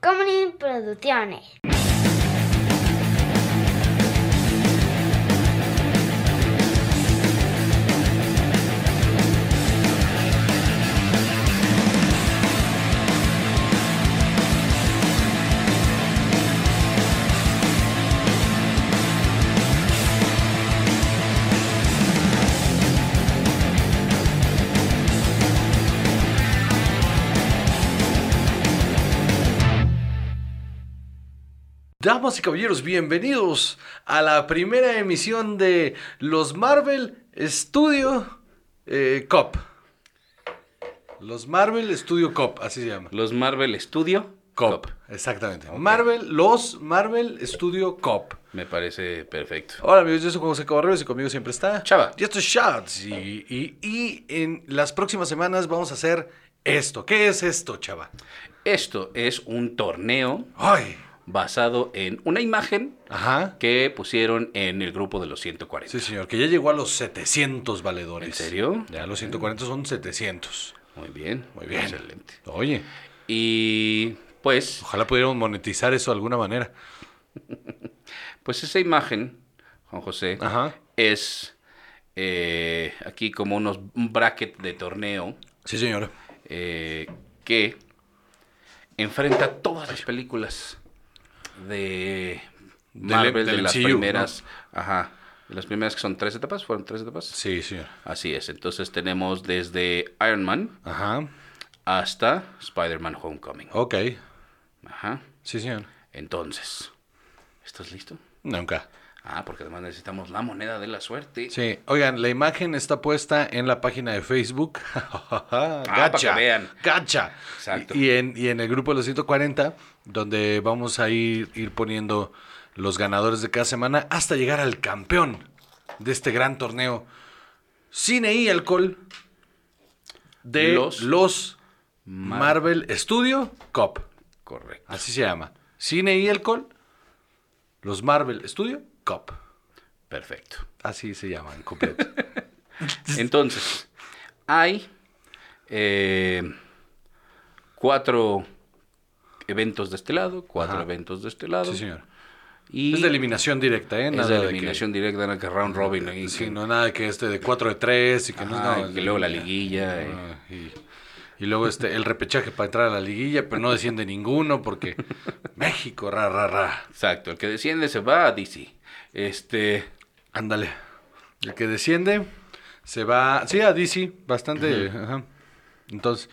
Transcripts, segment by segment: Comedy Producciones. Damas y caballeros, bienvenidos a la primera emisión de los Marvel Studio eh, Cop. Los Marvel Studio Cop, así se llama. Los Marvel Studio Cop, exactamente. Marvel, los Marvel Studio Cop. Me parece perfecto. Hola amigos, yo soy José Cabarreros y conmigo siempre está Chava. Y esto es Shots. Y, y- y en las próximas semanas vamos a hacer esto. ¿Qué es esto, Chava? Esto es un torneo Ay, basado en una imagen ajá. que pusieron en el grupo de los 140. Sí, señor, que ya llegó a los 700 valedores. ¿En serio? Ya los 140 son 700. Muy bien, Muy bien. Excelente. Oye, Y pues, ojalá pudiéramos monetizar eso de alguna manera. pues esa imagen, Juan José, Ajá. es eh, aquí como unos un bracket de torneo Sí, señor. eh, que enfrenta todas las películas de Del- Marvel de del las MCU, primeras, ajá, de las primeras que son tres etapas, fueron tres etapas. Sí, señor. Así es. Entonces tenemos desde Iron Man Ajá. hasta Spider-Man Homecoming. Ok. Ajá. Sí, señor. Entonces, ¿estás listo? Nunca. Ah, porque además necesitamos la moneda de la suerte. Sí, oigan, la imagen está puesta en la página de Facebook. para Ah, que vean. Gacha. Exacto. Y, y en, y en el grupo de los 140, donde vamos a ir, ir poniendo los ganadores de cada semana hasta llegar al campeón de este gran torneo. Cine y alcohol de los, Los Marvel Studio Cup. Correcto. Así se llama. Cine y alcohol, los Marvel Studio Cup. Perfecto. Así se llama en completo. Entonces, hay eh, cuatro eventos de este lado, cuatro Ajá. eventos de este lado. sí, señor. Y Es de eliminación directa, ¿eh? es de Nada eliminación directa en el que round que, robin. ahí, Sí, que- no, nada que este de 4 de 3 y que no es Ajá, nada. y que luego la liguilla. eh. Ah, y, y luego este, el repechaje para entrar a la liguilla, pero no desciende ninguno porque México, ra, ra, ra. Exacto, el que desciende se va a DC. Este, Ándale. El que desciende se va, sí, a DC, bastante. ajá. Entonces,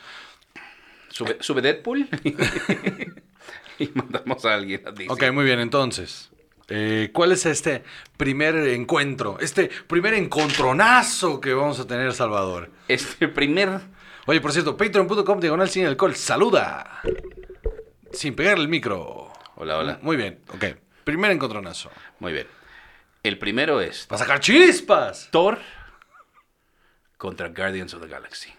sube, sube Deadpool y mandamos a alguien a DC. ok, muy bien, entonces. eh, ¿Cuál es este primer encuentro? Este primer encontronazo que vamos a tener, Salvador. Este primer, Oye, por cierto, patreon.com diagonal sin alcohol. Saluda. Sin pegar el micro. Hola, hola. Muy bien, ok. Primer encontronazo. muy bien. El primero es ¡Va a sacar chispas! Thor contra Guardians of the Galaxy.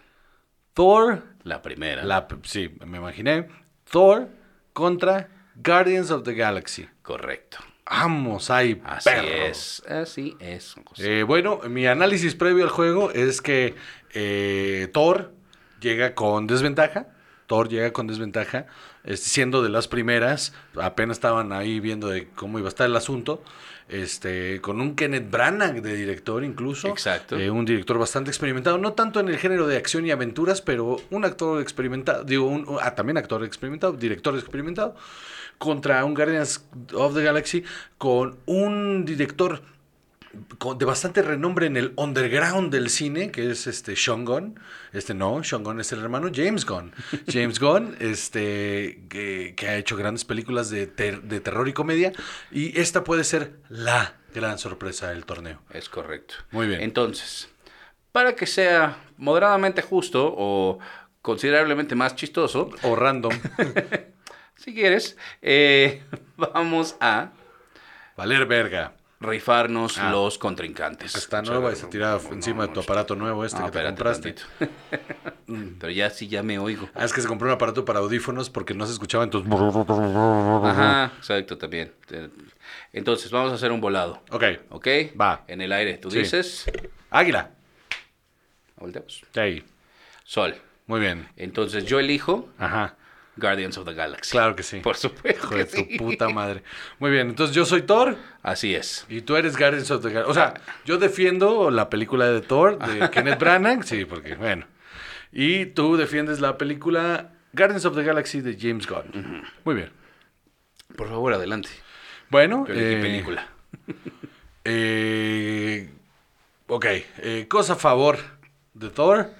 Thor. La primera. La, sí, me imaginé. Thor contra Guardians of the Galaxy. Correcto. Vamos, ahí, Así perro. es. Así es. José. Eh, bueno, mi análisis previo al juego es que eh, Thor llega con desventaja. Thor llega con desventaja, este, siendo de las primeras, apenas estaban ahí viendo de cómo iba a estar el asunto, este, con un Kenneth Branagh de director incluso, Exacto. Eh, un director bastante experimentado, no tanto en el género de acción y aventuras, pero un actor experimentado, digo, un, ah, también actor experimentado, director experimentado, contra un Guardians of the Galaxy con un director con- de bastante renombre en el underground del cine, que es este Sean Gunn. Este no, Sean Gunn es el hermano James Gunn. James Gunn, este, que, que ha hecho grandes películas de, ter- de terror y comedia. Y esta puede ser la gran sorpresa del torneo. Es correcto. Muy bien. Entonces, para que sea moderadamente justo o considerablemente más chistoso, O random. si quieres, eh, vamos a Valer verga. rifarnos Ah. los contrincantes. Está nueva y se tira No, encima de tu no, aparato nuevo este no, que te espérate compraste. tantito. Pero ya sí, ya me oigo. Ah, es que se compró un aparato para audífonos porque no se escuchaba, entonces... Ajá, exacto, también. Eh, Entonces, vamos a hacer un volado. Ok. ¿Ok? Va. En el aire. Tú Sí. dices. Águila. Volteamos. Ahí. Sol. Muy bien. Entonces, yo elijo Ajá. Guardians of the Galaxy. Claro que sí. Por supuesto. Hijo que de sí. tu puta madre. Muy bien, entonces yo soy Thor Así es. y tú eres Guardians of the Gal- O sea, yo defiendo la película de Thor de Kenneth Branagh, sí, porque bueno. Y tú defiendes la película Guardians of the Galaxy de James Gunn. Muy bien. Por favor, adelante. Bueno, Pero, ¿de eh, ¿Qué película? Eh, ok, eh, cosa a favor de Thor.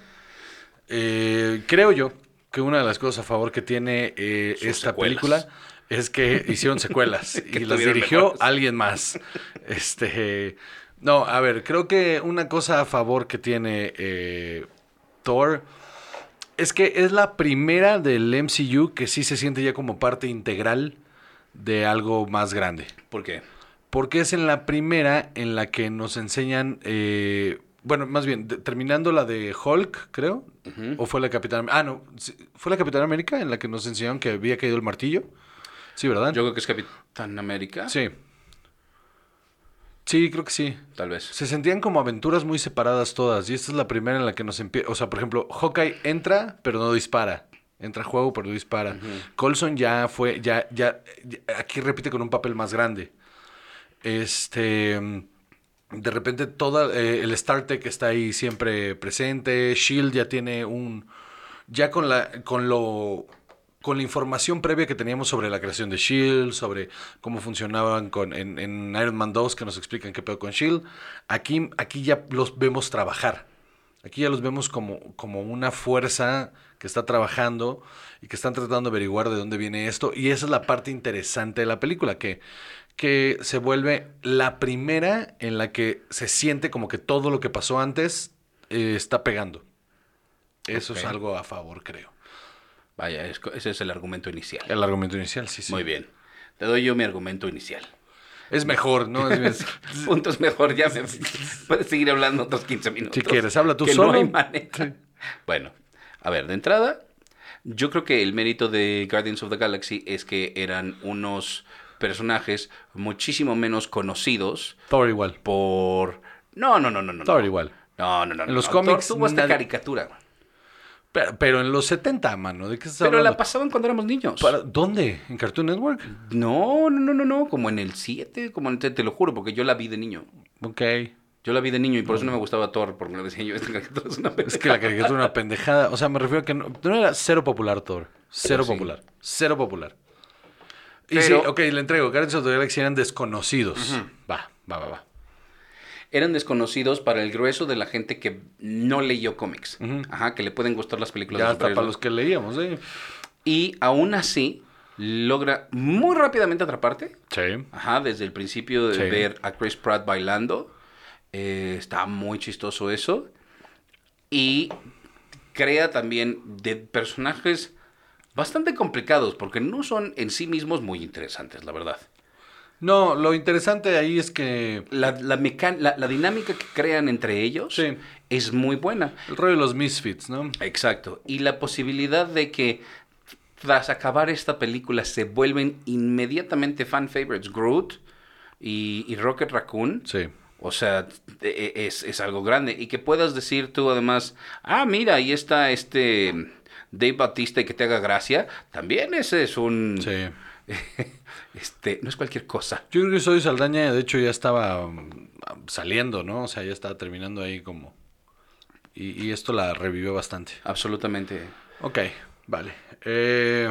Eh, creo yo que una de las cosas a favor que tiene eh, Sus esta secuelas. película es que hicieron secuelas Que y las tuvieron dirigió mejores. alguien más. Este, no, a ver, creo que una cosa a favor que tiene eh, Thor es que es la primera del MCU que sí se siente ya como parte integral de algo más grande. ¿Por qué? Porque es en la primera en la que nos enseñan, eh, bueno, más bien, de- terminando la de Hulk, creo, o fue la Capitán, ah, no, sí, fue la Capitán América en la que nos enseñaron que había caído el martillo, sí, ¿verdad? Yo creo que es Capitán América. Sí. Sí, creo que sí. Tal vez. Se sentían como aventuras muy separadas todas, y esta es la primera en la que nos empieza, o sea, por ejemplo, Hawkeye entra, pero no dispara. Entra a juego, pero no dispara. Colson ya fue, ya, ya, ya- aquí repite con un papel más grande. Este. mm, De repente todo el Star Trek está ahí siempre presente. Shield ya tiene un. Ya con la. con lo. Con la información previa que teníamos sobre la creación de Shield, E sobre cómo funcionaban con, en, en Iron Man 2, que nos explican qué pedo con Shield, E aquí, aquí ya los vemos trabajar. Aquí ya los vemos como, como una fuerza que está trabajando y que están tratando de averiguar de dónde viene esto. Y esa es la parte interesante de la película, que, que se vuelve la primera en la que se siente como que todo lo que pasó antes eh, está pegando. Eso es Ok. algo a favor, creo. Vaya, es co- ese es el argumento inicial. El argumento inicial, sí, sí. Muy bien. Te doy yo mi argumento inicial. Es mejor, ¿no? Es- es- Puntos mejor, ya me... puedes seguir hablando otros 15 minutos. Si quieres, habla tú que solo. No hay manera. Bueno, a ver, de entrada, yo creo que el mérito de Guardians of the Galaxy es que eran unos personajes muchísimo menos conocidos Thor igual. por. No, no, no, no, no. Thor no. igual. No, no, no. En no, los no. cómics Thor tuvo esta nadie- caricatura. Pero, pero en los 70, mano, ¿de qué estás Pero la hablando? pasaban cuando éramos niños. Para- ¿Dónde? ¿En Cartoon Network? No, no, no, no, no. Como en el 7, como en... te- te lo juro, porque yo la vi de niño. Ok. Yo la vi de niño y por eso no me gustaba Thor, porque le decía yo, esta caricatura es una Es que la caricatura era una pendejada. O sea, me refiero a que no, no era cero popular, Thor. Cero Sí. popular. Cero popular. Y Pero- sí, ok, le entrego. Guardians of the Galaxy eran desconocidos. Va, va, va, va. eran desconocidos para el grueso de la gente que no leyó cómics. Ujú. Ajá, que le pueden gustar las películas Ya de hasta para superhéroes. los que leíamos, ¿eh? Y aún así, logra muy rápidamente atraparte. Sí. Ajá, desde el principio de Sí. ver a Chris Pratt bailando. eh, está muy chistoso eso. Y crea también de personajes bastante complicados, porque no son en sí mismos muy interesantes, la verdad. No, lo interesante ahí es que La, la, mecan- la- la dinámica que crean entre ellos Sí. es muy buena. el rollo de los Misfits, ¿no? Exacto. Y la posibilidad de que tras acabar esta película se vuelven inmediatamente fan favorites Groot y, y Rocket Raccoon. Sí. O sea, e- e- es, es algo grande. Y que puedas decir tú además, ah, mira, ahí está este Dave Batista y que te haga gracia. También ese es un... Sí. Este, no es cualquier cosa. Yo creo que Soy Saldaña, de hecho, ya estaba um, saliendo, ¿no? O sea, ya estaba terminando ahí como... Y, y esto la revivió bastante. Absolutamente. Ok, vale. Eh,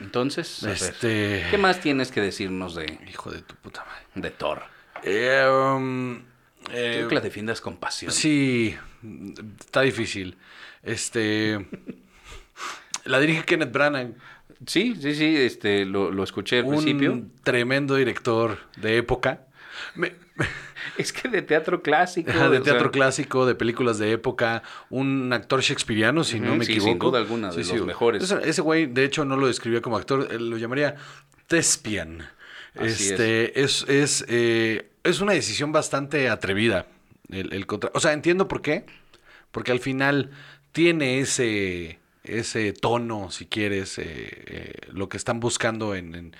Entonces, a ver, Este- ¿qué más tienes que decirnos de, hijo de tu puta madre. de Thor? Eh, um, eh, Quiero que la defiendas con pasión. sí, mm, está difícil. Este... la dirige Kenneth Branagh, Sí, sí, sí, este, lo, lo escuché al principio. un tremendo director de época. Me- Es que de teatro clásico. Ajá, de o teatro sea, clásico, de películas de época, un actor shakespeariano, si no Ujú, me sí, sin equivoco. duda alguna, de los mejores. Ese- ese güey, de hecho, no lo describía como actor, eh, lo llamaría thespian. Así este, es. Es, eh, es una decisión bastante atrevida. El, el contra- O sea, entiendo por qué. Porque al final tiene ese, ese tono, si quieres, eh, eh, lo que están buscando en, en-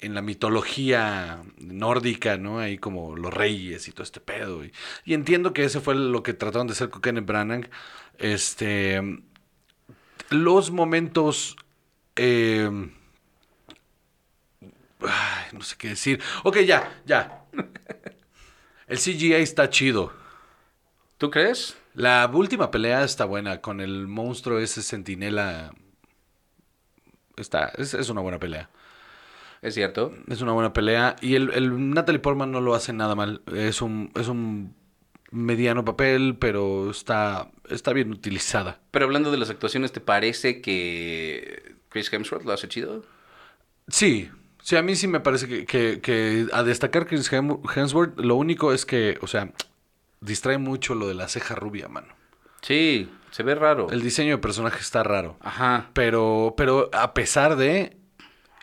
en la mitología nórdica, ¿no? Ahí como los reyes y todo este pedo. Y, y entiendo que ese fue lo que trataron de hacer con Kenneth Branagh. Este, los momentos eh, ay, no sé qué decir. Ok, ya, ya. El CGI está chido. ¿Tú crees? La última pelea está buena con el monstruo ese sentinela. Está, es, es una buena pelea. Es cierto. Es una buena pelea. Y el, el Natalie Portman no lo hace nada mal. Es un, es un mediano papel, pero está, está bien utilizada. Pero hablando de las actuaciones, ¿te parece que Chris Hemsworth lo hace chido? Sí, sí, a mí sí me parece que, que- que a destacar Chris Hem- Hemsworth, lo único es que, o sea, distrae mucho lo de la ceja rubia, mano. Sí, se ve raro. El diseño de personaje está raro. Ajá. Pero, pero a pesar de,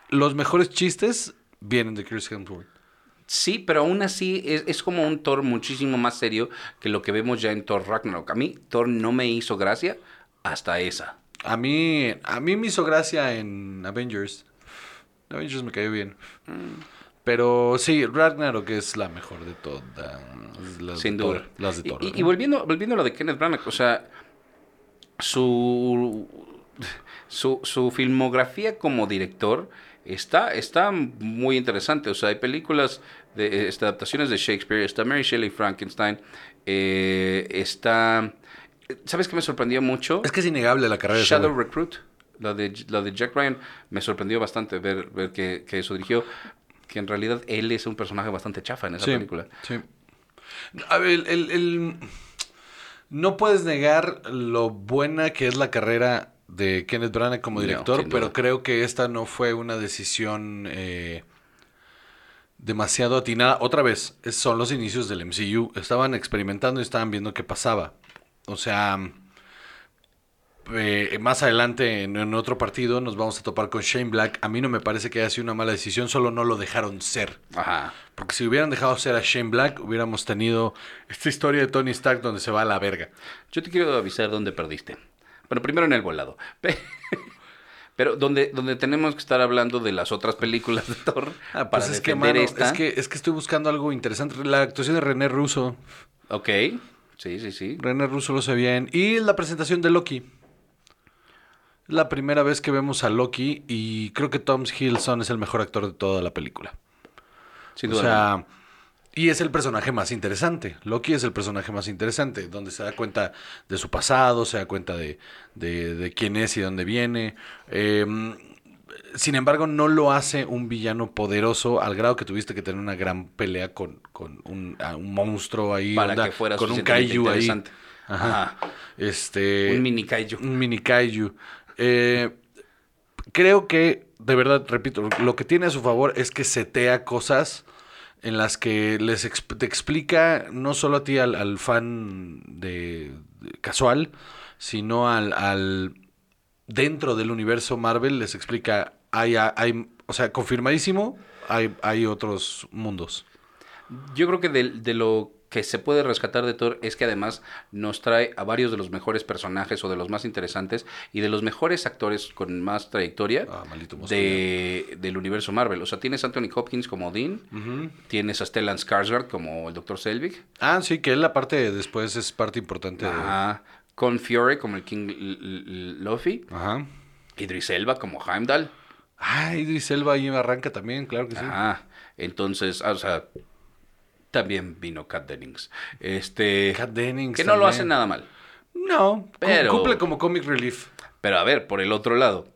los mejores chistes vienen de Chris Hemsworth. Sí, pero aún así es, es como un Thor muchísimo más serio que lo que vemos ya en Thor Ragnarok. A mí Thor no me hizo gracia hasta esa. A mí, a mí me hizo gracia en Avengers. Avengers me cayó bien. Pero sí, Ragnarok es la mejor de todas. las Sin de duda. Thor, las de Y- Thor. Y, y volviendo, volviendo a lo de Kenneth Branagh, o sea, su, su, su filmografía como director está, está muy interesante. O sea, hay películas, de este, adaptaciones de Shakespeare, está Mary Shelley Frankenstein, eh, está... ¿Sabes qué me sorprendió mucho? Es que es innegable la carrera de ese Shadow güey. Recruit, la de, la de Jack Ryan, me sorprendió bastante ver, ver que, que eso dirigió. Que en realidad él es un personaje bastante chafa en esa Sí, película. sí. A ver, el, el- el- No puedes negar lo buena que es la carrera de Kenneth Branagh como No, director, sin duda. pero creo que esta no fue una decisión eh, demasiado atinada. Otra vez, es- son los inicios del MCU. Estaban experimentando y estaban viendo qué pasaba. O sea, eh, más adelante en, en otro partido nos vamos a topar con Shane Black. A mí no me parece que haya sido una mala decisión, solo no lo dejaron ser. Ajá. Porque si hubieran dejado ser a Shane Black, hubiéramos tenido esta historia de Tony Stark donde se va a la verga. Yo te quiero avisar dónde perdiste. Bueno, primero en el volado. Pe- Pero donde, donde tenemos que estar hablando de las otras películas de Thor Ah, para pues es que, defender mano, esta. es que, es que estoy buscando algo interesante. La actuación de René Russo. Ok. Sí, sí, sí. René Russo lo sabía bien. Y la presentación de Loki. La primera vez que vemos a Loki y creo que Tom Hiddleston es el mejor actor de toda la película. Sin o duda. sea, y es el personaje más interesante. Loki es el personaje más interesante, donde se da cuenta de su pasado, se da cuenta de, de- de quién es y dónde viene. Eh, sin embargo, no lo hace un villano poderoso al grado que tuviste que tener una gran pelea con, con un, a un monstruo ahí, Para onda, que fuera con un suficientemente kaiju ahí. interesante. Ajá. Ajá. Este, Un mini kaiju. un mini kaiju. Eh, creo que, de verdad, repito, lo que tiene a su favor es que setea cosas en las que les exp- te explica no solo a ti, al, al fan de, de- casual, sino al, al- dentro del universo Marvel, les explica, hay, hay o sea, confirmadísimo, hay, hay otros mundos. Yo creo que de, de lo que se puede rescatar de Thor es que además nos trae a varios de los mejores personajes o de los más interesantes y de los mejores actores con más trayectoria Ah, maldito mosco, de, del universo Marvel. O sea, tienes a Anthony Hopkins como Dean, tienes a Stellan Skarsgård como el Dr. Selvig, Ah, sí, que la parte de después es parte importante. de- a Con Fiore como el King L- L- Luffy, Ajá. Idris Elba como Heimdall. Ah, Idris Elba ahí arranca también, claro que sí. Ajá. Entonces, ah, o sea, también vino Kat Dennings. Este, Kat Dennings que no lo también. hace nada mal. No, cu- Pero- cumple como comic relief. Pero a ver, por el otro lado,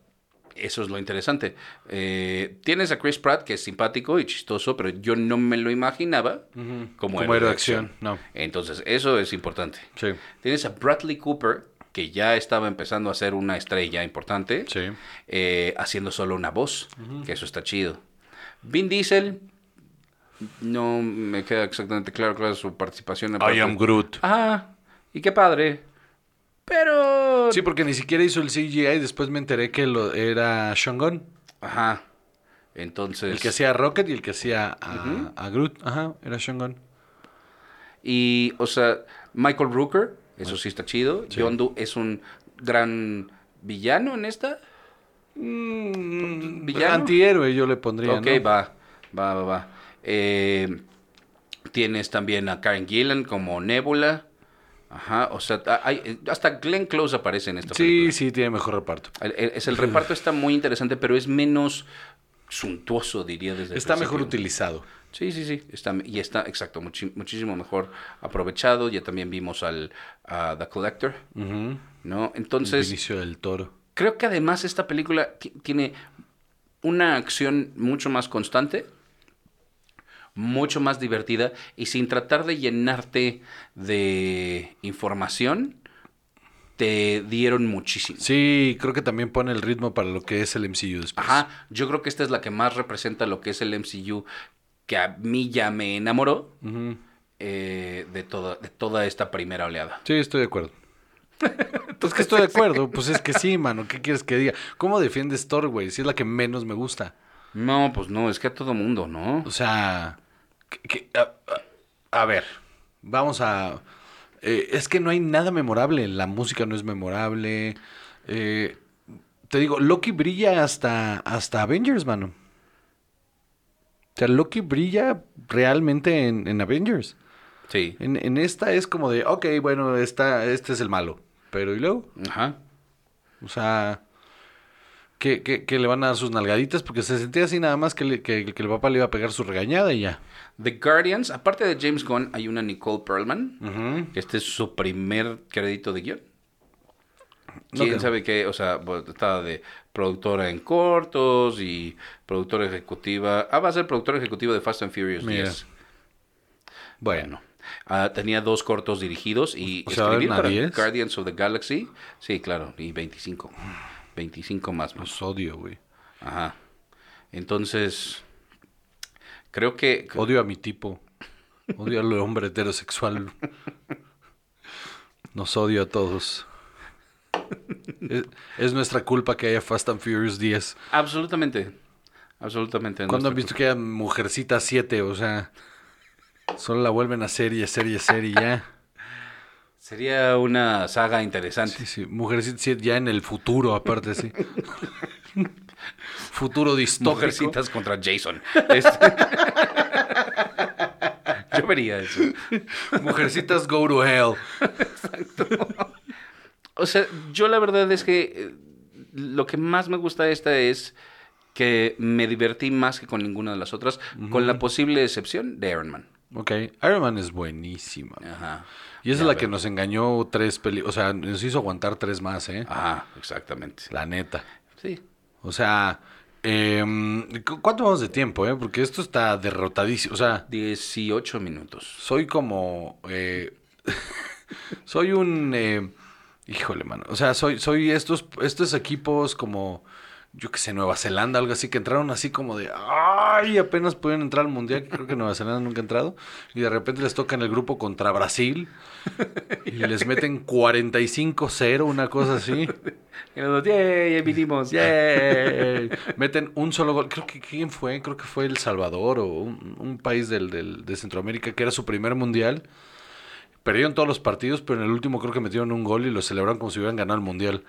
eso es lo interesante. Eh, tienes a Chris Pratt, que es simpático y chistoso, pero yo no me lo imaginaba como, héroe de acción. no. Entonces, eso es importante. Sí, Tienes a Bradley Cooper, que ya estaba empezando a ser una estrella importante, sí. eh, haciendo solo una voz, que eso está chido. Vin Diesel, no me queda exactamente claro cuál es su participación. aparte. Groot. Ah, y qué padre. Pero... Sí, porque ni siquiera hizo el CGI y después me enteré que lo era Sean Gunn. Ajá. Entonces. El que hacía a Rocket y el que hacía a, a Groot. Ajá, era Sean Gunn. Y, o sea, Michael Rooker, eso sí está chido. Yondu es un gran villano en esta. Mm, ¿Villano? Antihéroe yo le pondría, ok, ¿no? va, va, va, va. Eh, tienes también a Karen Gillan como Nebula. Ajá, o sea, hay- hasta Glenn Close aparece en esta Sí, sí, tiene mejor reparto. película. El, el- es, el reparto está muy interesante, pero es menos suntuoso, diría desde el Está mejor principio. utilizado. Sí, sí, sí. Está, y está, exacto, muchi- muchísimo mejor aprovechado. Ya también vimos al a The Collector, Ujú. ¿no? Entonces, Vinicio del Toro. creo que además esta película ti- tiene una acción mucho más constante, mucho más divertida y sin tratar de llenarte de información, te dieron muchísimo. Sí, creo que también pone el ritmo para lo que es el MCU después. Ajá, yo creo que esta es la que más representa lo que es el MCU, que a mí ya me enamoró Ujú. eh, de, toda, de toda esta primera oleada. Sí, estoy de acuerdo. es que estoy de acuerdo, pues es que sí, mano, ¿qué quieres que diga? ¿Cómo defiendes Thor, güey? Si es la que menos me gusta. No, pues no, es que a todo mundo, ¿no? O sea, que- que- a, a- a ver, vamos a... eh, es que no hay nada memorable, la música no es memorable. eh, te digo, Loki brilla hasta, hasta Avengers, mano. O sea, Loki brilla realmente en, en Avengers. Sí. En, en esta es como de, ok, bueno, esta, este es el malo. Pero ¿y luego? Ajá. O sea, que, que- que le van a dar sus nalgaditas porque se sentía así nada más que, le- que- que el papá le iba a pegar su regañada y ya. The Guardians, aparte de James Gunn, hay una Nicole Perlman. Ujú. que Este es su primer crédito de guión. ¿Quién Ok. sabe qué? O sea, bueno, está de productora en cortos y productora ejecutiva. Ah, va a ser productora ejecutiva de Fast and Furious Mira. 10. Bueno, Ah, tenía dos cortos dirigidos y O sea, escribir ¿una para 10? Guardians of the Galaxy. Sí, claro, y 25. 25 más, más. los pues odio, güey. Ajá. Entonces, creo que... Odio a mi tipo. Odio al hombre heterosexual. Nos odio a todos. Es, es nuestra culpa que haya Fast and Furious 10. Absolutamente. Absolutamente. no ¿Cuándo sé. han visto que haya Mujercita 7? O sea, solo la vuelven a serie, serie, serie y ya. Sería una saga interesante. Sí, sí, Mujercita 7 ya en el futuro, aparte, sí. futuro distópico. Mujercitas contra Jason. Este- Yo vería eso. Mujercitas go to hell. O sea, yo la verdad es que eh, lo que más me gusta de esta es que me divertí más que con ninguna de las otras, con la posible excepción de Iron Man. Ok, Iron Man es buenísima. Ajá. Y esa es Ya la veo. que nos engañó tres películas. O sea, nos hizo aguantar tres más, ¿eh? Ajá, exactamente. La neta. Sí. O sea, em, ¿cu- ¿cuánto vamos de tiempo, eh? Porque esto está derrotadísimo. O sea, 18 minutos. soy como. eh, soy un. eh, híjole, mano. O sea, soy, soy estos, estos equipos como. Yo qué sé, Nueva Zelanda, algo así, que entraron así como de. ¡Ay! Apenas pudieron entrar al mundial, que creo que Nueva Zelanda nunca ha entrado. Y de repente les tocan el grupo contra Brasil. Y les meten 45-0, una cosa así. Y los dos, "Yay, ya vinimos, yay". Meten un solo gol. Creo que quién fue, creo que fue El Salvador o un, un país del, del- de Centroamérica que era su primer mundial. Perdieron todos los partidos, pero en el último creo que metieron un gol y lo celebraron como si hubieran ganado el mundial.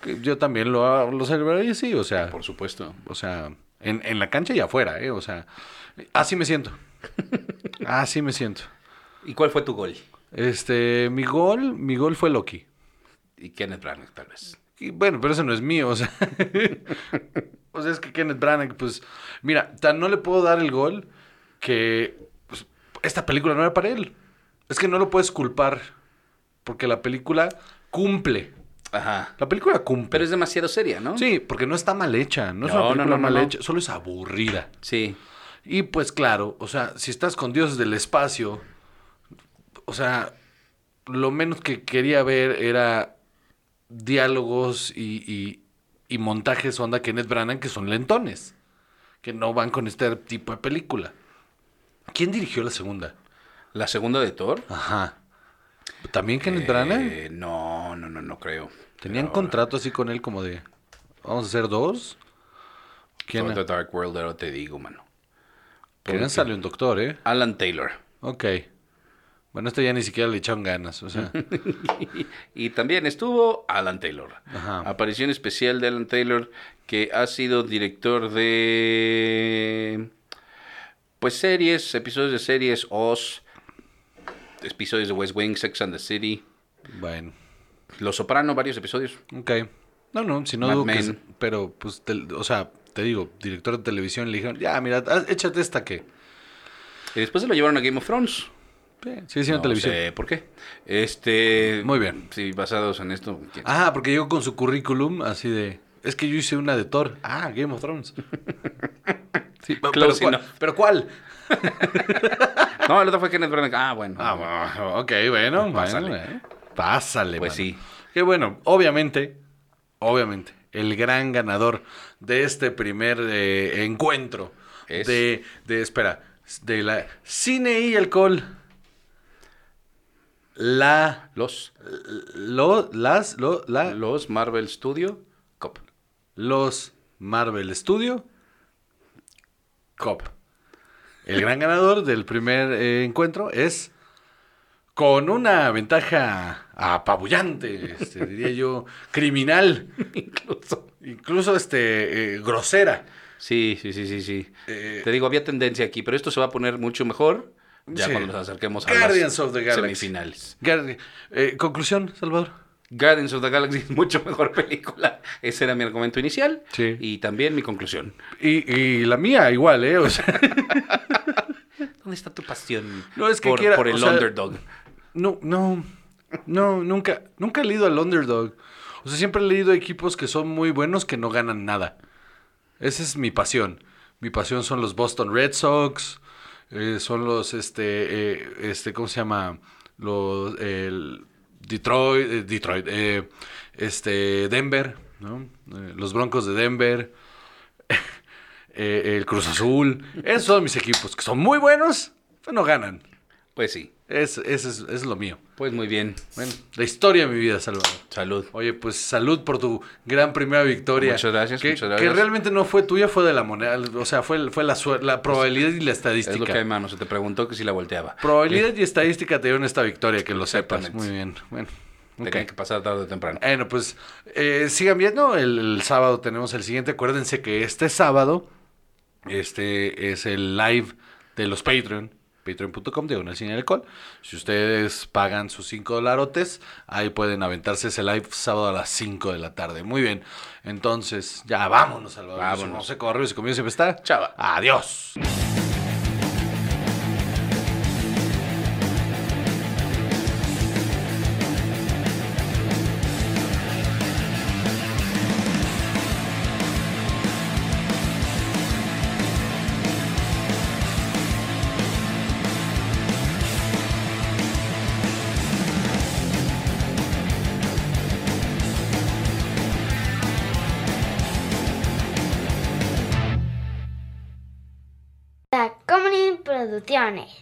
Que Yo también lo, lo celebraría así, o sea, Por supuesto. o sea, en, en la cancha y afuera, ¿eh? O sea, así me siento. Así me siento. ¿Y cuál fue tu gol? Este, mi gol, mi gol fue Loki. Y Kenneth Branagh, tal vez. Y bueno, pero eso no es mío, o sea. o sea, es que Kenneth Branagh, pues. Mira, tan no le puedo dar el gol que pues, esta película no era para él. Es que no lo puedes culpar. Porque la película cumple. Ajá. La película cumple. Pero es demasiado seria, ¿no? Sí, porque no está mal hecha. No, es una No, no, película no, no, mal no. hecha. Solo es aburrida. Sí. Y pues claro, o sea, si estás con dioses del espacio, o sea, lo menos que quería ver era diálogos y, y- y montajes onda Kenneth Branagh que son lentones, que no van con este tipo de película. ¿Quién dirigió la segunda? La segunda de Thor. Ajá. ¿También Kenneth Eh, Branagh? No, no, no, no creo. ¿Tenían Pero, contrato así con él como de, vamos a hacer dos? ¿Quién Thor The Dark World, ahora te digo, mano. que no salió un doctor, eh? Alan Taylor. Ok. Bueno, este ya ni siquiera le echaron ganas, o sea... y también estuvo Alan Taylor. Ajá. Aparición especial de Alan Taylor, que ha sido director de. Pues series, episodios de series, Oz. episodios de West Wing, Sex and the City, Bueno, Los Soprano, varios episodios. ok. No, no, si no Mad dudo que... Men. se- Pero, pues, te- o sea, te digo, director de televisión le dijeron, ya, mira, haz- échate esta que... Y después se lo llevaron a Game of Thrones. Sí, sigue siendo no televisión. sé por qué. Este. Muy bien. Sí, basados en esto. ¿quién- Ah, porque llegó con su currículum así de... Es que yo hice una de Thor. Ah, Game of Thrones. Sí, pero, pero Close ¿cuál? enough. ¿Pero cuál? No, el otro fue Kenneth Branagh. Ah, bueno. Ah, bueno, ok, bueno, Pues Pásale. pásale. Pásale, Pues mano. sí. Que bueno, obviamente, obviamente, el gran ganador de este primer eh, encuentro Es- de, de, espera, de la cine y alcohol. La, Los, lo, las, lo, la, los Marvel Studio Cup. los Marvel Studio Cop. El gran ganador del primer eh, encuentro es con una ventaja apabullante, este, diría yo, criminal, Incluso. incluso este eh, grosera. Sí, sí, sí, sí, sí. Eh, Te digo, había tendencia aquí, pero esto se va a poner mucho mejor ya Sí. cuando nos acerquemos a Guardians las of the Galaxy. semifinales. Gar- eh, conclusión, Salvador. Guardians of the Galaxy es mucho mejor película. Ese era mi argumento inicial Sí. y también mi conclusión. Y, y la mía igual, ¿eh? O sea, ¿Dónde está tu pasión No, es que por, quiera- por el o sea- underdog? No, no, no, nunca, nunca he leído al underdog. O sea, siempre he leído equipos que son muy buenos que no ganan nada. Esa es mi pasión. Mi pasión son los Boston Red Sox, eh, son los, este, eh, este, ¿cómo se llama? Los, el Detroit, eh, Detroit, eh, este, Denver, ¿no? Eh, los Broncos de Denver, eh, el Cruz Azul. Esos son mis equipos, que son muy buenos, pero no ganan. Pues sí, Es, ese es, es lo mío. pues muy bien. Bueno, la historia de mi vida, Salvador. Salud. Oye, pues salud por tu gran primera victoria. Muchas gracias, que, muchas gracias. Que realmente no fue tuya, fue de la moneda. O sea, fue, fue la, suer- la probabilidad y la estadística. Es lo que hay mano. Se te preguntó que si la volteaba. Probabilidad y estadística te dieron esta victoria, que lo sepas. Exactamente. Muy bien. Bueno, Eh, Tenía ok. que pasar tarde o temprano. Bueno, pues eh, sigan viendo. El, el sábado tenemos el siguiente. Acuérdense que este sábado este es el live de los Patreon. Patreon.com, diagonal cine y alcohol. Si ustedes pagan sus 5 dolarotes, ahí pueden aventarse ese live sábado a las 5 de la tarde. Muy bien. Entonces, ya vámonos, Salvador. Vámonos. No se corre, se comienza siempre está. Chava. Adiós. Tacomunin Producciones.